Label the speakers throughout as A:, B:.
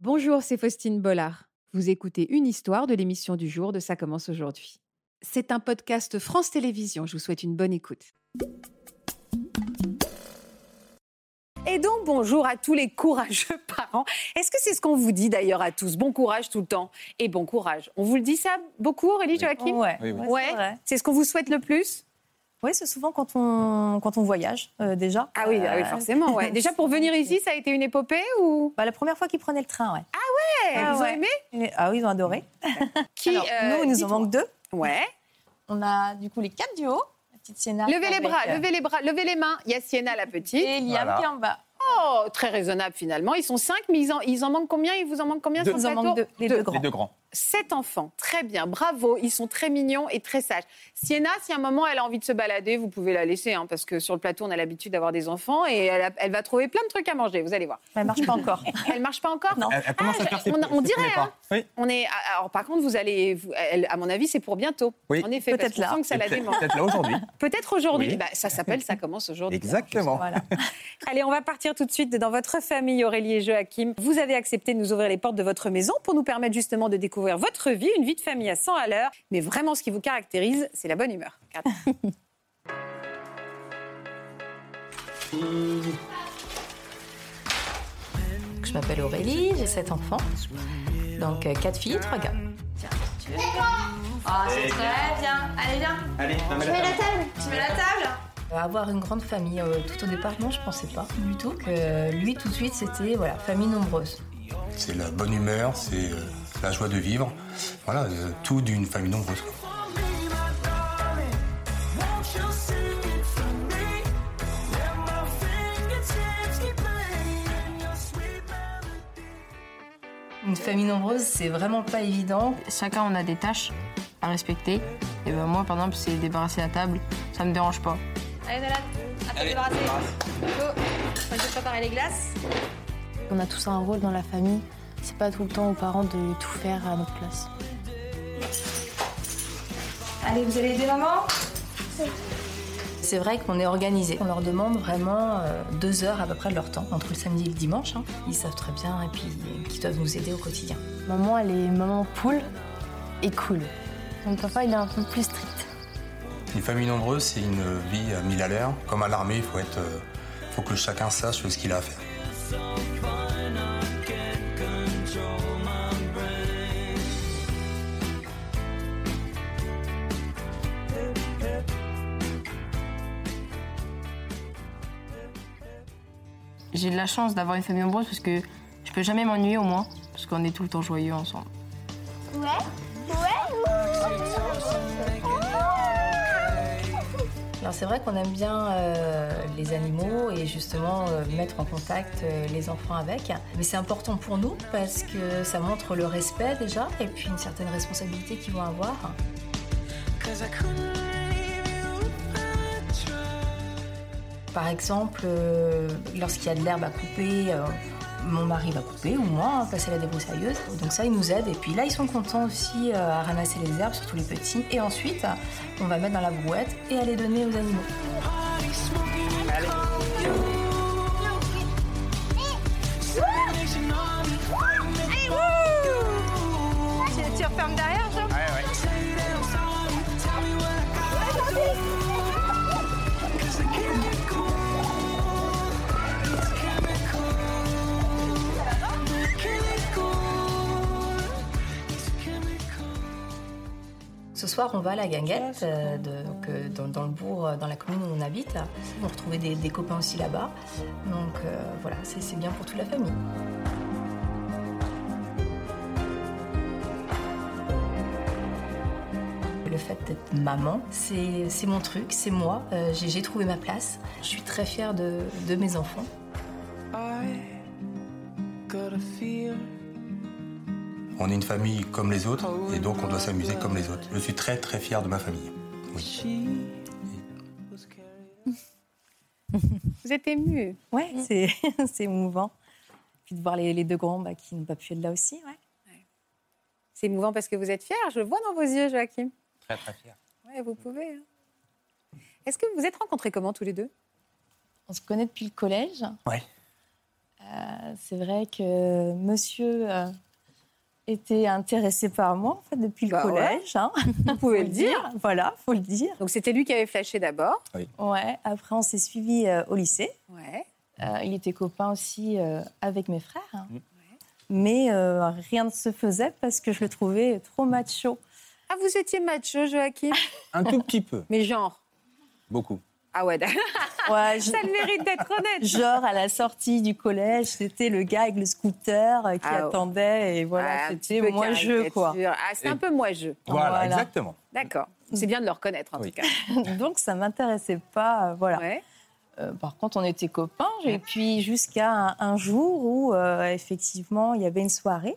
A: Bonjour, c'est Faustine Bollard. Vous écoutez une histoire de l'émission du jour de Ça commence aujourd'hui. C'est un podcast France Télévisions. Je vous souhaite une bonne écoute.
B: Et donc, bonjour à tous les courageux parents. Est-ce que c'est ce qu'on vous dit d'ailleurs à tous Bon courage tout le temps et bon courage. On vous le dit ça beaucoup, Aurélie Joachim
C: Ouais,
D: Oui, oui.
C: ouais,
B: Ouais.
C: c'est vrai.
B: C'est ce qu'on vous souhaite le plus
C: Ouais, c'est souvent quand on, quand on voyage, euh, déjà.
B: Ah oui,
C: Euh,
B: ah oui, forcément. ouais. Déjà, pour venir ici, ça a été une épopée ou
C: bah, la première fois qu'ils prenaient le train, ouais.
B: Eh,
C: Ah
B: Vous
C: ouais.
B: avez aimé
C: Et- Ah oui, ils ont adoré.
B: Qui,
C: Alors,
B: euh,
C: nous, il nous en
B: dites-moi.
C: manque deux.
B: Ouais.
C: On a du coup les quatre du haut. La petite Sienna.
B: Levez les
C: avec,
B: bras,
C: euh,
B: levez les bras, levez les mains. Il y a Sienna, la petite.
C: Et Liam
D: Voilà.
C: qui est en bas.
B: Oh, très raisonnable finalement. Ils sont cinq, mais ils en, ils en manquent combien Il vous en manque combien
D: Deux.
B: sur
C: Il
B: le
C: nous en
B: plateau
C: manque deux, les deux,
B: Deux.
C: grands.
D: Les deux grands.
B: Sept enfants, très bien, bravo, ils sont très mignons et très sages. Sienna, si à un moment elle a envie de se balader, vous pouvez la laisser, hein, parce que sur le plateau on a l'habitude d'avoir des enfants et elle, a- elle va trouver plein de trucs à manger, vous allez voir.
C: Mais elle marche pas encore.
B: Elle marche pas encore
C: Non.
D: Elle, elle commence
B: Ah,
D: à faire ses
B: on- on
D: ses
B: dirait,
D: premiers
B: hein.
D: pas. Oui.
B: On est, alors par contre vous allez, vous- elle- à mon avis c'est pour bientôt.
D: Oui.
B: En effet, parce
C: Peut-être
B: qu'on
C: là.
B: sent que ça la
D: Peut-être
B: démange.
D: peut-être là aujourd'hui.
B: Peut-être aujourd'hui,
D: Oui.
B: Bah, ça s'appelle, ça commence aujourd'hui.
D: Exactement.
C: Voilà.
B: Allez, on va partir tout de suite dans votre famille, Aurélie et Joachim. Vous avez accepté de nous ouvrir les portes de votre maison pour nous permettre justement de découvrir votre vie, une vie de famille à 100 à l'heure. Mais vraiment, ce qui vous caractérise, c'est la bonne humeur. Regardez.
E: Donc, Je m'appelle Aurélie, j'ai 7 enfants. Donc 4 filles, 3 gars.
F: Ah, c'est très bien. Allez, viens.
D: Allez,
F: Tu veux la table
E: Euh, Avoir une grande famille, euh, tout au départ, non, je pensais pas du tout. Que euh, lui, tout de suite, c'était voilà, famille nombreuse.
G: C'est la bonne humeur, c'est euh, la joie de vivre. Voilà, euh, tout d'une famille nombreuse. quoi.
E: Une famille nombreuse, c'est vraiment pas évident.
H: chacun on a des tâches à respecter. Et ben moi par exemple c'est débarrasser la table, ça me dérange pas.
F: Allez, Nolan. À te débarrasser. Go. Moi, je vais préparer les glaces.
I: On a tous un rôle dans la famille. C'est pas tout le temps aux parents de tout faire à notre place.
F: Allez, vous allez aider maman
E: C'est vrai qu'on est organisé. On leur demande vraiment euh, deux heures à peu près de leur temps, entre le samedi et le dimanche. hein. Ils savent très bien et puis euh, qu'ils doivent nous aider au quotidien.
I: Maman, elle est maman poule et cool. Mon papa, il est un peu plus strict.
G: Une famille nombreuse, c'est une euh, vie à mille à l'heure. Comme à l'armée, il faut, être, euh, faut que chacun sache ce qu'il a à faire.
H: J'ai de la chance d'avoir une famille nombreuse parce que je peux jamais m'ennuyer au moins, parce qu'on est tout le temps joyeux ensemble.
E: Alors c'est vrai qu'on aime bien euh, les animaux et justement euh, mettre en contact euh, les enfants avec. Mais c'est important pour nous parce que ça montre le respect déjà et puis une certaine responsabilité qu'ils vont avoir. Par exemple, euh, lorsqu'il y a de l'herbe à couper, euh, mon mari va couper ou moi, hein, passer la débroussailleuse. Donc ça, ils nous aident. Et puis là, ils sont contents aussi euh, à ramasser les herbes, surtout les petits. Et ensuite, on va mettre dans la brouette et à les donner aux animaux.
F: Tu, tu refermes derrière, Jean
E: Ce soir, on va à la guinguette, euh, de- donc, euh, dans, dans le bourg, euh, dans la commune où on habite. On va retrouver des, des copains aussi là-bas. Donc euh, voilà, c'est c'est bien pour toute la famille. Le fait d'être maman, c'est c'est mon truc, c'est moi. Euh, J'ai j'ai trouvé ma place. Je suis très fière de- de mes enfants.
G: On est une famille comme les autres et donc on doit s'amuser comme les autres. Je suis très très fier de ma famille. Oui.
B: Vous êtes ému.
C: Ouais, c'est, c'est émouvant. Puis de voir les, les deux grands bah, qui n'ont pas pu être là aussi. Ouais.
B: C'est émouvant parce que vous êtes fiers, je le vois dans vos yeux, Joachim.
D: Très très fier.
B: Ouais, vous pouvez. hein. Est-ce que vous vous êtes rencontrés comment tous les deux
I: On se connaît depuis le collège.
D: Ouais.
E: Euh, c'est vrai que monsieur euh, était intéressé par moi en fait, depuis le
B: Bah ouais.
E: collège. hein.
B: Vous pouvez
E: Faut
B: le dire.
E: Voilà, faut le dire.
B: Donc c'était lui qui avait flashé d'abord.
E: Ouais. Après, on s'est suivis euh, au lycée.
B: Ouais.
E: Euh, il était copain aussi euh, avec mes frères. hein. Mais euh, rien ne se faisait parce que je le trouvais trop macho.
B: Ah, vous étiez macho, Joachim
D: Un tout petit peu,
B: Mais genre.
D: beaucoup.
B: Ah ouais, d'accord.
E: Ouais, je-
B: ça a le mérite d'être honnête.
E: Genre à la sortie du collège, c'était le gars avec le scooter euh, qui
B: Ah ouais.
E: attendait et voilà,
B: Ah, un petit
E: c'était
B: peu
E: moi je quoi.
B: caricature. Ah, c'est un
D: Et-
B: peu moi je.
D: Voilà,
E: Voilà.
D: exactement.
B: D'accord. C'est bien de le reconnaître en
D: Oui.
B: tout cas.
E: Donc ça m'intéressait pas, euh, voilà.
B: Ouais.
E: Euh, par contre, on était copains et puis jusqu'à un, un jour où euh, effectivement il y avait une soirée.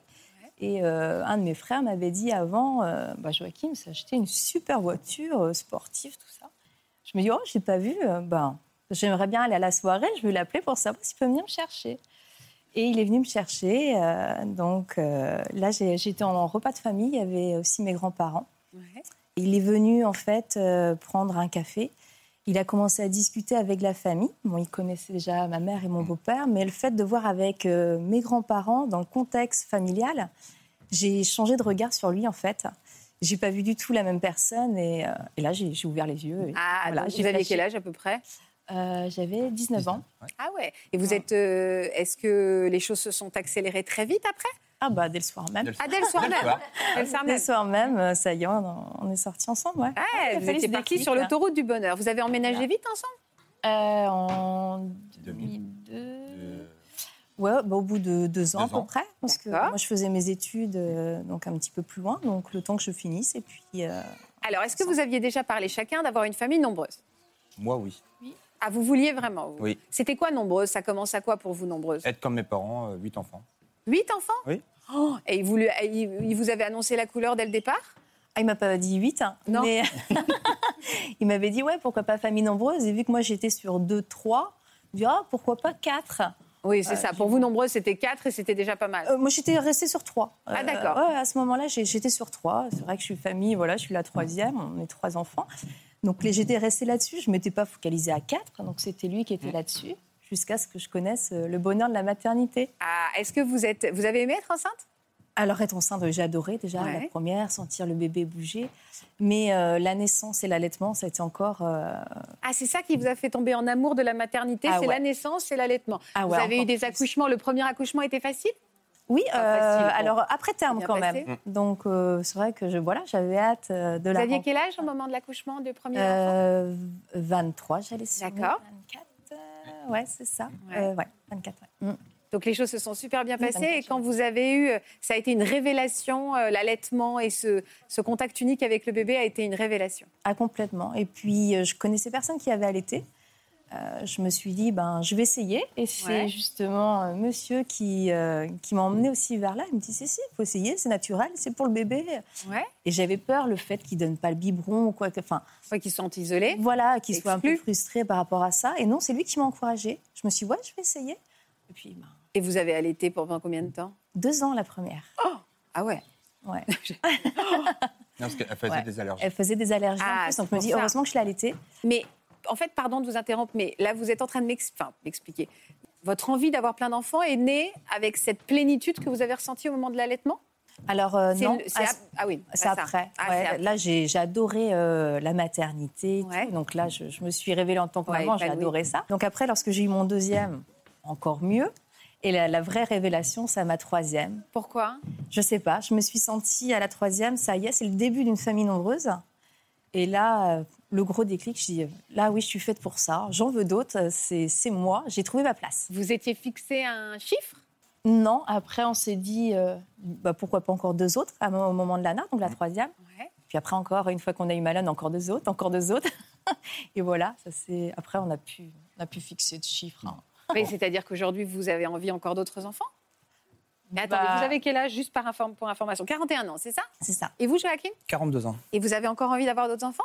E: Et euh, un de mes frères m'avait dit avant, euh, bah, Joachim s'est acheté une super voiture euh, sportive, tout ça. Je me dis, oh, j'ai pas vu, euh, ben, j'aimerais bien aller à la soirée, je vais l'appeler pour savoir s'il peut venir me chercher. Et il est venu me chercher, euh, donc euh, là j'ai- j'étais en repas de famille, il y avait aussi mes grands-parents.
B: Ouais.
E: Il est venu en fait euh, prendre un café. Il a commencé à discuter avec la famille. Bon, il connaissait déjà ma mère et mon beau-père, mais le fait de voir avec euh, mes grands-parents dans le contexte familial, j'ai changé de regard sur lui en fait. J'ai pas vu du tout la même personne et, euh, et là j'ai j'ai ouvert les yeux. et
B: Ah,
E: voilà,
B: donc
E: j'ai
B: vous aviez
E: flashé.
B: quel âge à peu près
E: Euh, J'avais 19 ans.
B: Ah ouais. Et vous êtes. euh, Est-ce que les choses se sont accélérées très vite après
E: Ah bah dès le soir même.
B: Ah, dès le soir même.
D: D'accord.
B: Dès le soir
E: Dès le
B: même.
E: soir même, euh, ça y est, on, on est sortis ensemble. Ouais.
B: Ah,
E: il a
B: vous
E: fallu
B: étiez
E: ce
B: partis
E: déclic,
B: sur
E: là.
B: l'autoroute du bonheur. Vous avez emménagé vite ensemble
E: Euh, en
D: 2000.
E: 2002.
D: Euh,
E: Ouais, bah, au bout de deux ans à
D: Deux ans.
E: peu près, parce que
B: D'accord.
E: moi je faisais mes études euh, donc un petit peu plus loin, donc le temps que je finisse et puis euh,
B: Alors, est-ce que vous aviez déjà parlé chacun d'avoir une famille nombreuse
D: moi, oui.
B: Ah, vous vouliez vraiment vous
D: Oui.
B: C'était quoi nombreuse Ça commence à quoi pour vous nombreuse
D: Être comme mes parents, euh, huit enfants.
B: Huit enfants
D: Oui.
B: Oh, et il vous, lui- il- il vous avait annoncé la couleur dès le départ
E: ah, il m'a pas dit 8, hein,
B: Non.
E: mais il m'avait dit ouais pourquoi pas famille nombreuse et vu que moi j'étais sur 2, 3, il dit ah pourquoi pas 4
B: Oui, c'est
E: Ouais,
B: ça.
E: j'ai
B: Pour vous, nombreuse, c'était quatre et c'était déjà pas mal.
E: Euh, Moi j'étais restée sur 3.
B: Ah, d'accord.
E: ouais, à ce moment-là j'ai- j'étais sur 3, c'est vrai que je suis famille, voilà je suis la troisième, on est trois enfants, donc les- j'étais restée là-dessus, je m'étais pas focalisée à 4, donc c'était lui qui était là-dessus jusqu'à ce que je connaisse euh, le bonheur de la maternité.
B: Ah, est-ce que vous, êtes, vous avez aimé être enceinte
E: Alors être enceinte, j'ai adoré déjà
B: Ouais.
E: la première, sentir le bébé bouger, mais euh, la naissance et l'allaitement, c'était encore euh,
B: Ah, c'est ça qui vous a fait tomber en amour de la maternité
E: Ah
B: C'est
E: ouais.
B: la naissance, c'est l'allaitement.
E: ah
B: vous
E: ouais,
B: avez eu
E: encore
B: des
E: plus.
B: accouchements. Le premier accouchement était facile
E: Oui,
B: Pas
E: euh,
B: facile, bon.
E: alors après terme
B: Bien
E: quand
B: passé.
E: même. Donc euh, c'est vrai que je voilà, j'avais hâte euh, de
B: Vous
E: la
B: aviez
E: rencontre.
B: quel âge au moment de l'accouchement du premier enfant
E: Euh, 23, j'allais sur mes
B: D'accord.
E: 24. euh, ouais, c'est ça.
B: Ouais.
E: Euh, ouais, 24. ouais. Mm.
B: Donc les choses se sont super bien
E: Oui,
B: passées.
E: bonne
B: Et
E: question.
B: quand vous avez eu, ça a été une révélation, euh, l'allaitement et ce, ce contact unique avec le bébé a été une révélation.
E: Ah, complètement. Et puis, euh, je connaissais personne qui avait allaité. Euh, je me suis dit, ben, je vais essayer. Et c'est
B: Ouais.
E: justement un monsieur qui, euh, qui m'a emmené aussi vers là. Il me dit, si, si, il faut essayer, c'est naturel, c'est pour le bébé.
B: Ouais.
E: Et j'avais peur, le fait qu'il donne pas le biberon ou quoi que... Enfin,
B: Enfin, qu'ils sont isolés.
E: voilà, qu'il soit un peu
B: Exclu.
E: frustré par rapport à ça. Et non, c'est lui qui m'a encouragée. Je me suis dit, ouais, je vais essayer. Et puis, ben,
B: Et vous avez allaité pendant combien de temps
E: deux ans la première.
B: Ah ouais.
E: Ouais.
D: Non, parce qu'elle faisait
E: Ouais.
D: des allergies.
E: Elle faisait des allergies
B: Ah,
E: en plus.
B: c'est
E: Donc, je
B: pour
E: me dis,
B: ça.
E: heureusement que je l'ai allaitée.
B: Mais en fait, pardon de vous interrompre, mais là vous êtes en train de m'ex- enfin, m'expliquer. Votre envie d'avoir plein d'enfants est née avec cette plénitude que vous avez ressentie au moment de l'allaitement
E: Alors, euh,
B: C'est
E: non,
B: le- c'est
E: à-
B: ap- Ah oui,
E: C'est
B: pas ça.
E: après.
B: Ah,
E: Ouais,
B: c'est après.
E: Là, j'ai j'ai adoré euh, la maternité. et
B: Ouais.
E: tout. Donc là, je, je me suis révélée en tant que
B: Ouais,
E: maman. J'ai
B: épanouie.
E: adoré ça. Donc après, lorsque j'ai eu mon deuxième, encore mieux. Et la, la vraie révélation, c'est à ma troisième.
B: Pourquoi
E: Je sais pas. Je me suis sentie à la troisième. Ça y est, c'est le début d'une famille nombreuse. Et là, euh, le gros déclic, je dis là, oui, je suis faite pour ça. J'en veux d'autres. euh, C'est c'est moi. J'ai trouvé ma place.
B: Vous étiez fixé un chiffre
E: Non, après, on s'est dit euh, bah, pourquoi pas encore deux autres à- au moment de l'ANA, donc la troisième.
B: Ouais.
E: Puis après, encore, une fois qu'on a eu Malone, encore deux autres, encore deux autres. Et voilà, ça c'est. Après, on a pu, on a pu fixer de chiffres. hein.
B: Mais c'est-à-dire qu'aujourd'hui, vous avez envie encore d'autres enfants Mais attendez,
E: Bah,
B: vous avez quel âge, juste par inform- pour information 41 ans, c'est ça
E: C'est ça.
B: Et vous, Joachim
D: 42 ans.
B: Et vous avez encore envie d'avoir d'autres enfants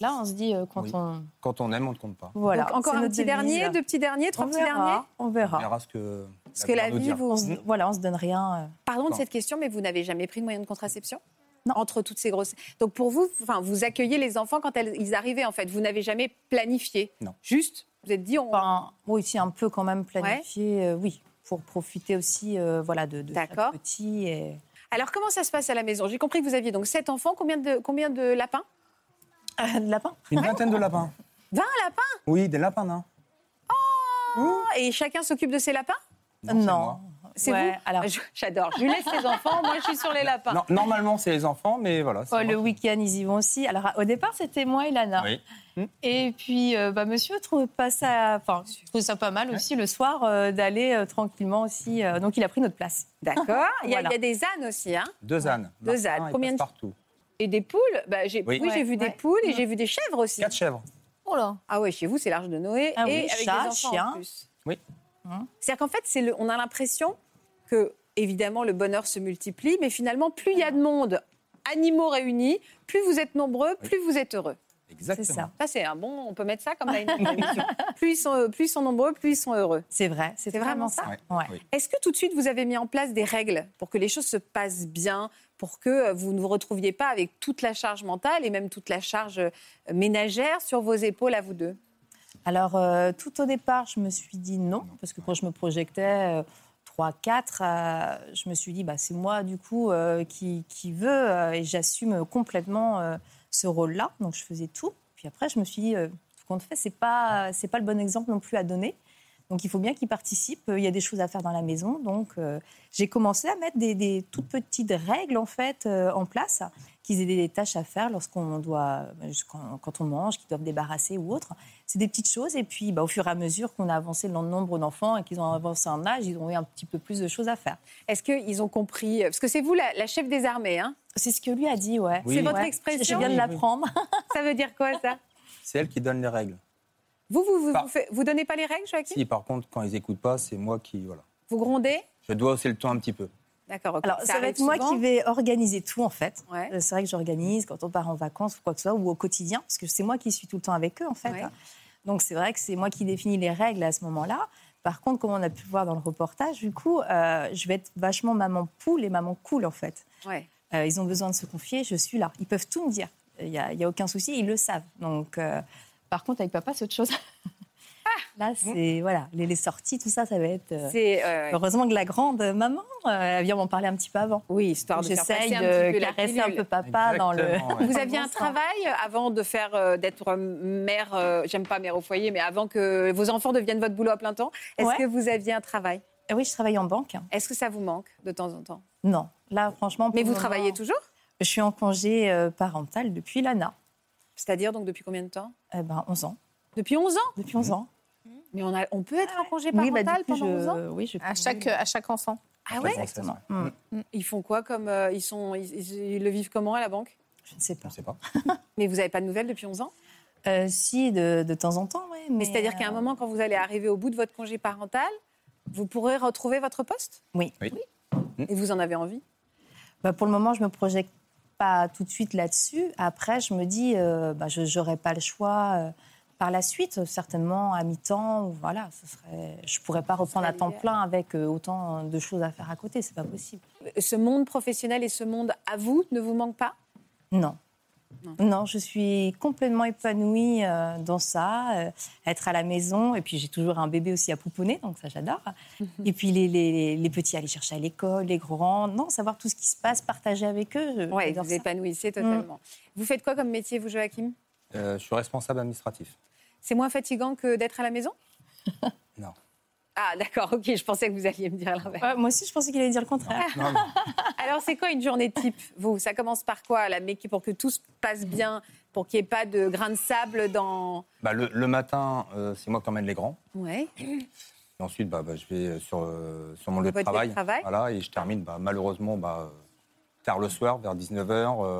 E: Là, on se dit, euh, quand
D: Oui.
E: on.
D: Quand on aime, on ne compte pas.
E: Voilà.
B: Donc encore
E: c'est
B: un
E: notre
B: petit
E: devise.
B: dernier, deux petits derniers, trois
E: on
B: petits
E: verra,
B: derniers
E: On
D: On
E: verra.
D: verra ce que,
E: Ah. Parce que la
D: nous
E: vie,
D: dira.
E: vous, on se- voilà, on se donne rien. euh.
B: Pardon de
D: D'accord.
B: cette question, mais vous n'avez jamais pris de moyen de contraception
E: Non.
B: Entre toutes ces grosses. Donc pour vous, enfin, vous accueillez les enfants quand elles- ils arrivaient, en fait. Vous n'avez jamais planifié
D: Non.
B: Juste, vous êtes dit, on...
E: Enfin, oui, si, un peu quand même planifié, euh, oui. pour profiter aussi euh, voilà, de, de chaque
B: D'accord.
E: petit. et-
B: Alors, comment ça se passe à la maison J'ai compris que vous aviez donc 7 enfants. Combien de, combien de lapins
E: euh, de lapin.
D: Une vingtaine de lapins.
B: 20 lapins
D: Oui, des lapins nains.
B: Et chacun s'occupe de ses lapins
D: c'est
E: Non.
D: moi.
B: C'est
E: Ouais,
B: vous
E: alors-
B: Je- J'adore. Je lui laisse ses enfants, moi je suis sur les lapins.
D: Non, normalement, c'est les enfants, mais voilà. c'est
E: Oh, le
D: moi.
E: week-end, ils y vont aussi. Alors, au départ, c'était moi et Lana.
D: Oui.
E: Et puis, euh, bah, monsieur trouve pas ça, enfin, trouve ça pas mal aussi le soir euh, d'aller euh, tranquillement aussi. euh, donc, il a pris notre place.
B: D'accord. Il y, a- il y a
E: Voilà.
B: des ânes aussi, hein
D: Deux ânes.
B: Deux
D: Martin,
B: ânes.
D: il
B: Combien
D: passe
B: de-
D: Partout.
B: Et des poules bah, j'ai, Oui,
D: Oui.
B: j'ai vu
E: Ouais.
B: des poules et j'ai vu des chèvres aussi.
D: Quatre chèvres.
E: Oh là
B: Ah ouais, chez vous, c'est l'arche de Noé.
E: Ah
B: et
E: oui,
B: avec
E: chat,
B: des enfants en
E: chien.
B: plus.
D: Oui.
E: Hum.
B: C'est-à-dire qu'en fait, c'est le, on a l'impression que, évidemment, le bonheur se multiplie, mais finalement, plus il y a de monde, animaux réunis, plus vous êtes nombreux, plus vous êtes heureux.
E: C'est
D: Exactement.
E: ça.
B: Ça, c'est un bon... On peut mettre ça comme line-up de l'émission. plus, ils sont, plus ils sont nombreux, plus ils sont heureux.
E: C'est vrai. C'est
B: C'est vraiment
E: vraiment
B: ça.
E: ça.
D: Ouais.
E: Ouais.
D: Oui.
B: Est-ce que tout de suite vous avez mis en place des règles pour que les choses se passent bien, pour que euh, vous ne vous retrouviez pas avec toute la charge mentale et même toute la charge euh, ménagère sur vos épaules à vous deux
E: Alors, euh, tout au départ, je me suis dit non, parce que quand je me euh, projectais 3-4, je me suis dit, bah, c'est moi, du coup, euh, qui, qui veut, euh, et j'assume complètement euh, ce rôle-là. Donc, je faisais tout. Puis après, je me suis dit, euh, tout compte fait, c'est pas, c'est pas le bon exemple non plus à donner. Donc, il faut bien qu'ils participent. Il y a des choses à faire dans la maison. Donc, euh, j'ai commencé à mettre des, des toutes petites règles, en fait, euh, en place, qu'ils aient des tâches à faire lorsqu'on doit, quand, quand on mange, qu'ils doivent débarrasser ou autre. C'est des petites choses. Et puis, bah, au fur et à mesure qu'on a avancé le nombre d'enfants et qu'ils ont avancé en âge, ils ont eu un petit peu plus de choses à faire.
B: Est-ce qu'ils ont compris euh, Parce que c'est vous la, la chef des armées, hein
E: C'est ce que lui a dit, ouais.
D: Oui.
B: C'est votre
E: Ouais. Je
B: expression
E: viens de
D: Oui,
E: l'apprendre.
B: Ça veut dire quoi ça
D: C'est elle qui donne les règles.
B: Vous, vous, vous,
D: Par-
B: vous, faites- vous donnez pas les règles, Joachim
D: Si, par contre, quand ils n'écoutent pas, c'est moi qui. Voilà.
B: Vous grondez
D: Je dois hausser le ton un petit peu.
B: D'accord. ok.
E: Alors, ça, va
B: arrive
E: être moi
B: souvent
E: qui vais organiser tout, en fait.
B: Ouais.
E: Euh, C'est vrai que j'organise quand on part en vacances ou quoi que ce soit, ou au quotidien, parce que c'est moi qui suis tout le temps avec eux, en fait. hein.
B: Ouais.
E: Donc, c'est vrai que c'est moi qui définis les règles à ce moment-là. Par contre, comme on a pu le voir dans le reportage, du coup, euh, je vais être vachement maman poule et maman cool, en fait.
B: Ouais.
E: Euh, ils ont besoin de se confier, je suis là. Ils peuvent tout me dire. Il n'y a, il y a aucun souci, ils le savent. Donc, euh, par contre, avec papa, c'est autre chose. là, c'est voilà, les, les sorties, tout ça, ça va être. euh,
B: Ah, C'est euh,
E: Heureusement que la grande maman, euh, elle vient m'en parler un petit peu avant.
B: oui, histoire de faire
E: J'essaye
B: passer un petit
E: de
B: peu la
E: caresser un
B: pilule.
E: peu papa dans le.
D: Exactement, ouais.
B: Vous aviez un travail avant de faire euh, d'être mère, euh, j'aime pas mère au foyer, mais avant que vos enfants deviennent votre boulot à plein temps, est-ce
E: Ouais.
B: que vous aviez un travail
E: Ah Oui, je travaille en banque.
B: Est-ce que ça vous manque de temps en temps
E: Non, là, franchement.
B: Mais
E: pour
B: vous
E: le
B: travaillez
E: moment,
B: toujours
E: Je suis en congé euh, parental depuis l'ANA.
B: C'est-à-dire donc depuis combien de temps
E: Eh ben, 11 ans.
B: Depuis 11 ans
E: Depuis 11 ans.
B: Mais on, a- on peut être en congé parental
E: bah, du coup,
B: pendant 11 ans
E: je... Oui, je...
H: À chaque, à chaque enfant.
B: Ah
D: ouais
B: ouais
D: Exactement.
E: Hmm,
B: Ils font quoi comme euh, ils sont ils, ils- ils le vivent comment à la banque
E: Je ne sais
D: Je
E: pas.
D: ne sais pas.
B: Mais vous n'avez pas de nouvelles depuis 11 ans
E: Euh, si, de, de temps en temps, oui.
B: Mais c'est-à-dire
E: euh,
B: qu'à un moment quand vous allez arriver au bout de votre congé parental, vous pourrez retrouver votre poste
E: Oui.
D: Oui.
B: Et vous en avez envie
E: Bah, pour le moment, je me projette pas tout de suite là-dessus. Après, je me dis, euh, bah, je n'aurai pas le choix euh, par la suite, certainement à mi-temps. Ou voilà, ce serait, je pourrais pas reprendre à temps
B: l'idéal.
E: plein avec euh, autant de choses à faire à côté. C'est pas possible.
B: Ce monde professionnel et ce monde à vous ne vous manque pas
E: Non.
B: Non.
E: Non, je suis complètement épanouie euh, dans ça, euh, être à la maison. Et puis j'ai toujours un bébé aussi à pouponner, donc ça j'adore.
B: Mhm.
E: Et puis les, les- les petits à aller chercher à l'école, les grands, non, savoir tout ce qui se passe, partager avec eux. je-
B: Oui,
E: j'adore
B: vous
E: ça.
B: épanouissez totalement. Vous faites quoi comme métier, vous, Joachim
D: Euh, je suis responsable administratif.
B: C'est moins fatigant que d'être à la maison
D: Non.
B: Ah, d'accord, ok, je pensais que vous alliez me dire l'inverse.
E: Ouais, moi aussi, je pensais qu'il allait dire le contraire.
D: Non, non.
B: Alors, c'est quoi une journée type, vous Ça commence par quoi, la méqui- pour que tout se passe bien, pour qu'il n'y ait pas de grains de sable dans.
D: Bah, le, le matin, euh, c'est moi qui emmène les grands.
B: Ouais.
D: Et ensuite, bah, bah, je vais sur, euh, sur mon lieu
B: Votre
D: de
B: lieu de
D: travail.
B: travail.
D: Voilà, et je termine bah, malheureusement bah, euh, tard le soir, vers 19h.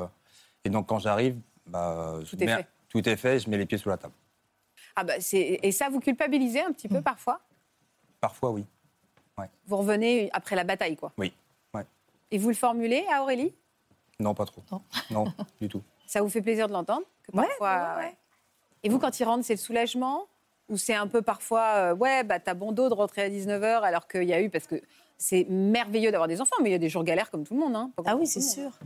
D: et donc, quand j'arrive, bah, je
B: Tout est
D: mets-
B: fait.
D: tout est fait, je mets les pieds sous la table.
B: Ah, bah, c'est... Et ça, vous culpabilisez un petit peu parfois
D: Parfois, oui.
B: Vous revenez après la bataille, quoi
D: Oui, ouais.
B: Et vous le formulez à Aurélie
D: Non, pas trop.
E: Non.
D: non du tout.
B: Ça vous fait plaisir de l'entendre que
E: Ouais,
B: parfois,
E: ouais, ouais.
B: ouais. Et vous, quand ils rentrent, c'est le soulagement Ou c'est un peu parfois, euh, ouais, bah t'as bon dos de rentrer à 19h alors qu'il y a eu. Parce que c'est merveilleux d'avoir des enfants, mais il y a des jours galères comme tout le monde. hein, pas
E: Ah
B: comme
E: oui,
B: tout
E: c'est
B: le monde.
E: sûr.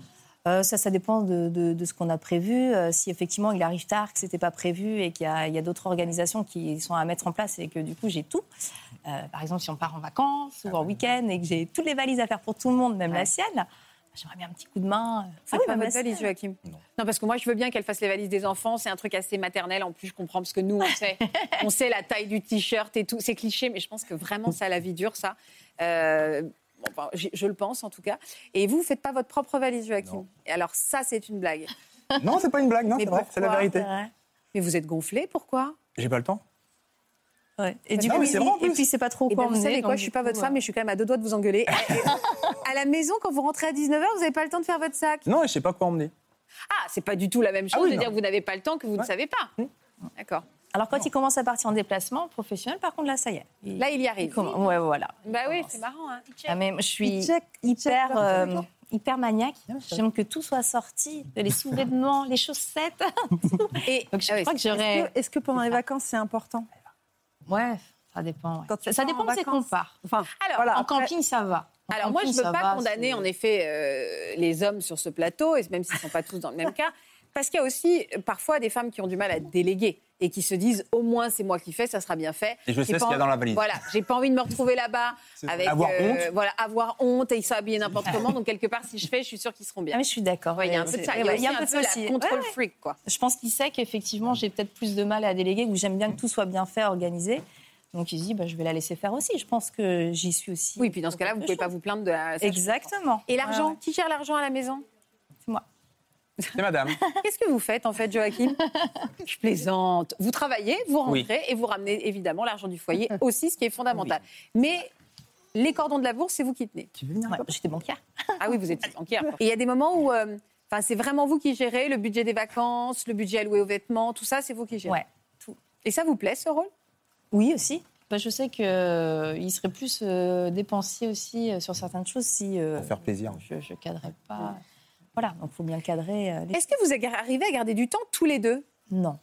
E: Euh, ça, ça dépend de, de- de ce qu'on a prévu. Euh, si effectivement il arrive tard, que c'était pas prévu et qu'il y a, il y a d'autres organisations qui sont à mettre en place et que du coup j'ai tout, Euh, par exemple, si on part en vacances
B: Ah
E: ou en week-end et que j'ai toutes les valises à faire pour tout le monde, même la sienne, bah, j'aimerais bien un petit coup de main. euh,
B: Faites
E: Ah oui,
B: pas
E: même la
B: votre valise,
E: sienne.
B: Joachim. Ah Non.
D: Non.
B: parce que moi, je veux bien qu'elle fasse les valises des enfants. C'est un truc assez maternel. En plus, je comprends parce que nous, on sait, on sait la taille du t-shirt et tout. C'est cliché, mais je pense que vraiment, ça a la vie dure, ça. Euh, bon, enfin, j- je le pense, en tout cas. Et vous, vous faites pas votre propre valise, Joachim.
D: Non.
B: Et alors, ça, c'est une blague.
D: Non, c'est pas une blague, non,
B: Mais
D: c'est vrai, c'est la
B: pourquoi
D: vérité.
B: Mais vous êtes gonflé, pourquoi Eh
D: J'ai pas le temps.
E: Ouais. Et du
D: Non,
E: coup,
D: mais c'est vrai, en
E: et
D: plus.
E: puis c'est pas trop
B: Et
E: quoi
B: ben, vous
E: emmener,
B: savez quoi, je
E: donc du
B: suis pas
E: coup,
B: votre
E: euh,
B: femme, mais je suis quand même à deux doigts de vous engueuler. Et- et- à la maison, quand vous rentrez à 19h, vous n'avez pas le temps de faire votre sac.
D: Non, et je sais pas quoi emmener.
B: Ah, c'est pas du tout la même chose
D: Ah oui,
B: de
D: non.
B: dire que vous n'avez pas le temps que vous ne
D: Ouais.
B: savez pas. D'accord.
E: Alors quand il commence à partir en déplacement professionnel, par contre là, ça y est. Il-
B: Là, il y
E: il
B: arrive.
E: commence- ouais, voilà.
B: Bah oui,
E: commence.
B: c'est marrant. Hein.
E: Ah, mais je suis
F: Il check, il check
E: hyper,
F: leur
E: euh,
F: téléphone.
E: hyper maniaque.
D: Non, c'est
E: J'aime que tout soit sorti, les sous-vêtements, les chaussettes.
B: Et
E: Donc je
B: Ah oui,
E: crois que
F: Est-ce
E: j'aurais.
F: que- Est-ce que pendant
E: C'est
F: les
E: ça.
F: vacances, c'est important
E: Ouais, ça dépend. ouais.
F: Quand tu
E: Ça, ça
F: pars
E: dépend
F: en
E: où c'est qu'on
F: vacances.
E: part.
F: Enfin,
B: alors,
F: voilà,
E: en
F: après-
E: camping, ça va. En
B: alors moi, je
E: camping,
B: ne veux
E: ça
B: pas
E: va,
B: condamner
E: c'est-
B: en effet euh, les hommes sur ce plateau, et même s'ils ne sont pas tous dans le même cas, parce qu'il y a aussi euh, parfois des femmes qui ont du mal à déléguer et qui se disent au moins c'est moi qui fais, ça sera bien fait.
D: Et je
B: J'ai
D: sais ce
B: pas
D: qu'il y a
B: en-
D: dans la valise.
B: Voilà, j'ai pas envie de me retrouver là-bas avec euh,
D: Avoir honte.
B: voilà, avoir honte et ils sont habillés n'importe comment. Donc quelque part, si je fais, je suis sûre qu'ils seront
E: Ah,
B: bien.
E: mais je suis d'accord.
B: Ouais, Il y a un
E: ouais,
B: peu de
E: c'est-
B: ça. Il y a,
E: ouais,
B: aussi un peu,
E: de ça aussi.
B: la contrôle
E: Ouais, ouais.
B: freak, quoi.
E: Je pense qu'il sait qu'effectivement, j'ai peut-être plus de mal à déléguer, ou j'aime bien que tout soit bien fait, organisé. Donc il se dit, bah, je vais la laisser faire aussi. Je pense que j'y suis aussi.
B: Oui, puis dans ce cas-là, vous
E: Quelque
B: pouvez pas
E: chose.
B: vous plaindre de la. ça, je comprends.
E: Exactement.
B: Et l'argent
E: Ouais,
B: Qui gère l'argent à la maison
D: C'est madame.
B: Qu'est-ce que vous faites en fait, Joachim Je plaisante. Vous travaillez, vous rentrez et vous ramenez évidemment l'argent du foyer aussi, ce qui est fondamental. Mais les cordons de la bourse, c'est vous qui tenez.
E: ouais. Ouais, J'étais bancaire.
B: Ah oui, vous êtes banquière. Et il y a des moments où euh, enfin, c'est vraiment vous qui gérez le budget des vacances, le budget alloué aux vêtements, tout ça, c'est vous qui gérez.
E: Ouais,
B: Tout. Et ça vous plaît ce rôle
E: Oui, aussi. Bah, je sais qu'il serait plus euh, dépensier aussi euh, sur certaines choses si euh,
D: Pour faire plaisir.
E: je ne cadrais pas. Voilà, donc il faut bien cadrer. euh, les-
B: Est-ce que vous arrivez à garder du temps tous les deux
E: Non,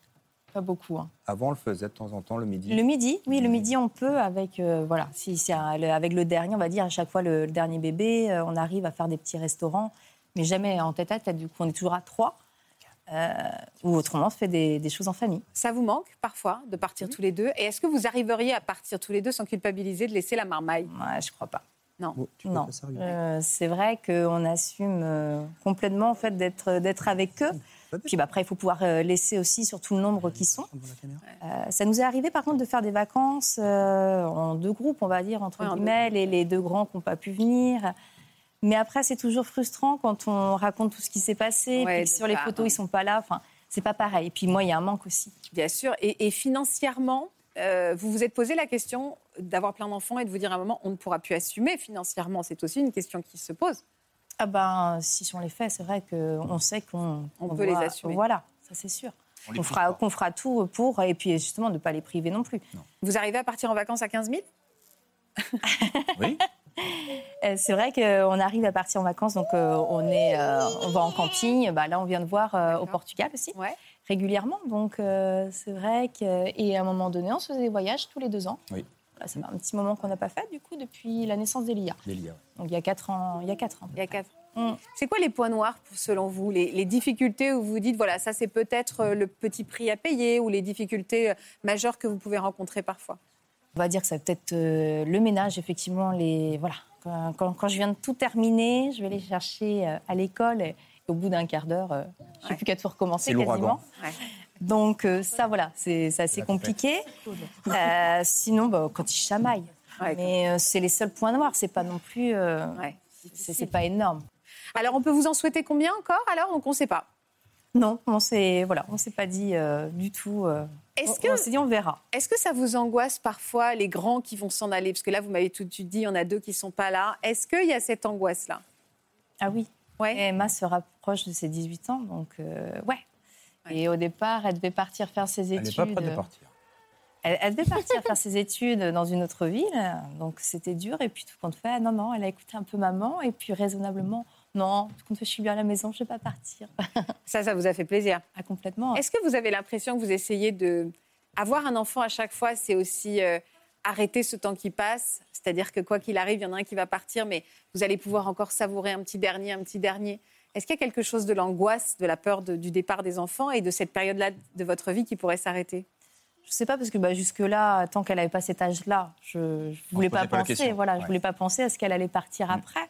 E: pas beaucoup. hein.
D: Avant, on le faisait de temps en temps le midi.
E: Le midi, oui, le midi, on peut avec, euh, voilà, si, c'est un- le- avec le dernier, on va dire à chaque fois le, le dernier bébé, euh, on arrive à faire des petits restaurants, mais jamais en tête à tête. Du coup, on est toujours à trois. euh, ou autrement, on se fait des, des choses en famille.
B: Ça vous manque parfois de partir tous les deux Et est-ce que vous arriveriez à partir tous les deux sans culpabiliser de laisser la marmaille
E: Ouais, je crois pas.
D: Oh, tu peux
E: Non,
D: faire ça, regarde.
E: Euh, c'est vrai qu'on assume euh, complètement en fait d'être d'être avec eux. Puis bah, après, il faut pouvoir euh, laisser aussi sur tout le nombre qui sont.
D: Devant la caméra.
E: Euh, ça nous est arrivé par contre de faire des vacances euh, en deux groupes, on va dire entre
B: Ouais, en deux
E: guillemets, les, les deux grands qui n'ont pas pu venir. Mais après, c'est toujours frustrant quand on raconte tout ce qui s'est passé,
B: Ouais,
E: puis que
B: de
E: sur les
B: ça,
E: photos
B: ouais.
E: ils sont pas là. Enfin, c'est pas pareil. Et puis moi, il y a un manque aussi.
B: Bien sûr. Et, et financièrement, euh, vous vous êtes posé la question d'avoir plein d'enfants et de vous dire à un moment, on ne pourra plus assumer financièrement. C'est aussi une question qui se pose.
E: Ah ben, si sur les faits, c'est vrai qu'on sait qu'on
B: bah, On
E: qu'on
B: peut les assumer.
E: Voilà, ça c'est sûr.
D: On les
E: On
D: pousse
E: fera,
D: pas.
E: qu'on fera tout pour, et puis justement, de ne pas les priver non plus.
B: Vous arrivez à partir en vacances à 15 000
D: Oui.
E: Euh, c'est vrai qu'on arrive à partir en vacances, donc euh, on, est, euh, on va en camping. Bah, là, on vient de voir euh, au
B: D'accord.
E: Portugal aussi,
B: Ouais.
E: régulièrement. Donc euh, c'est vrai que. Et à un moment donné, on se faisait des voyages tous les deux ans.
D: Oui.
E: Voilà, c'est un petit moment qu'on n'a pas fait, du coup, depuis la naissance d'Elia.
D: Des liens.
E: Donc il y a 4 ans. Il y a quatre ans.
B: Il y a quatre.
E: Mm.
B: C'est quoi les points noirs pour, selon vous les, les difficultés où vous dites, voilà, ça c'est peut-être euh, le petit prix à payer ou les difficultés euh, majeures que vous pouvez rencontrer parfois
E: On va dire que ça va peut-être euh, le ménage, effectivement. Les, voilà. quand, quand- quand je viens de tout terminer, je vais les chercher euh, à l'école. Et, au bout d'un quart d'heure, euh, j'ai
B: Ouais.
E: plus qu'à tout recommencer
D: C'est l'ouragan.
E: quasiment.
B: Ouais.
E: Donc euh, ça, voilà, c'est c'est assez
D: La
E: compliqué. Euh, sinon, bah, quand ils chamaillent.
B: Ouais,
E: Mais euh, c'est les seuls points noirs. C'est pas non plus. euh,
B: Ouais.
E: c'est c'est pas énorme.
B: Alors, on peut vous en souhaiter combien encore Alors, donc on ne sait pas.
E: Non, on s'est voilà, on s'est pas dit euh, du tout. euh, on-
B: Est-ce
E: on
B: que,
E: s'est dit on verra.
B: est-ce que ça vous angoisse parfois les grands qui vont s'en aller Parce que là, vous m'avez tout de suite dit, il y en a deux qui ne sont pas là. Est-ce qu'il y a cette angoisse-là
E: Ah oui.
B: Ouais.
E: Emma se rapproche de ses 18 ans, donc euh, ouais.
B: Ouais.
E: Et au départ, elle devait partir faire ses
D: Elle
E: études.
D: n'est pas prête de partir.
E: Elle, elle devait partir faire ses études dans une autre ville, donc c'était dur. Et puis tout compte fait, ah non, non, elle a écouté un peu maman, et puis raisonnablement, non, tout compte fait, je suis bien à la maison, je vais pas partir.
B: Ça, ça vous a fait plaisir.
E: Ah, complètement.
B: Est-ce que vous avez l'impression que vous essayez de avoir un enfant à chaque fois C'est aussi euh, arrêter ce temps qui passe, c'est-à-dire que quoi qu'il arrive, il y en a un qui va partir, mais vous allez pouvoir encore savourer un petit dernier, un petit dernier. Est-ce qu'il y a quelque chose de l'angoisse, de la peur de- du départ des enfants et de cette période-là de votre vie qui pourrait s'arrêter
E: Je sais pas parce que bah, jusque là, tant qu'elle n'avait pas cet âge-là, je, je voulais
G: se
E: pas
G: posait pas la
E: penser.
G: question,
E: voilà, je
G: ouais. Mm.
E: voulais pas penser à ce qu'elle allait partir après.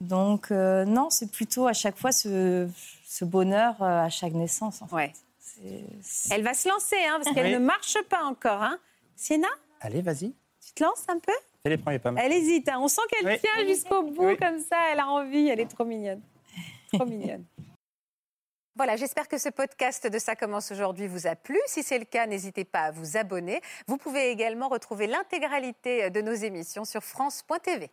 E: Donc euh, non, c'est plutôt à chaque fois ce, ce bonheur euh, à chaque naissance. En fait.
B: Ouais.
E: C'est- c'est-
B: Elle va se lancer, hein, parce qu'elle
D: Oui.
B: ne marche pas encore. Hein. Sienna,
D: Allez, vas-y.
B: tu te lances un peu
D: Fais les premiers pas.
B: Elle hésite, hein. on sent qu'elle
D: Oui.
B: tient jusqu'au bout
D: Oui.
B: comme ça, elle a envie, elle est trop mignonne. Trop mignonne. Voilà, j'espère que ce podcast de Ça commence aujourd'hui vous a plu. Si c'est le cas, n'hésitez pas à vous abonner. Vous pouvez également retrouver l'intégralité de nos émissions sur France.tv.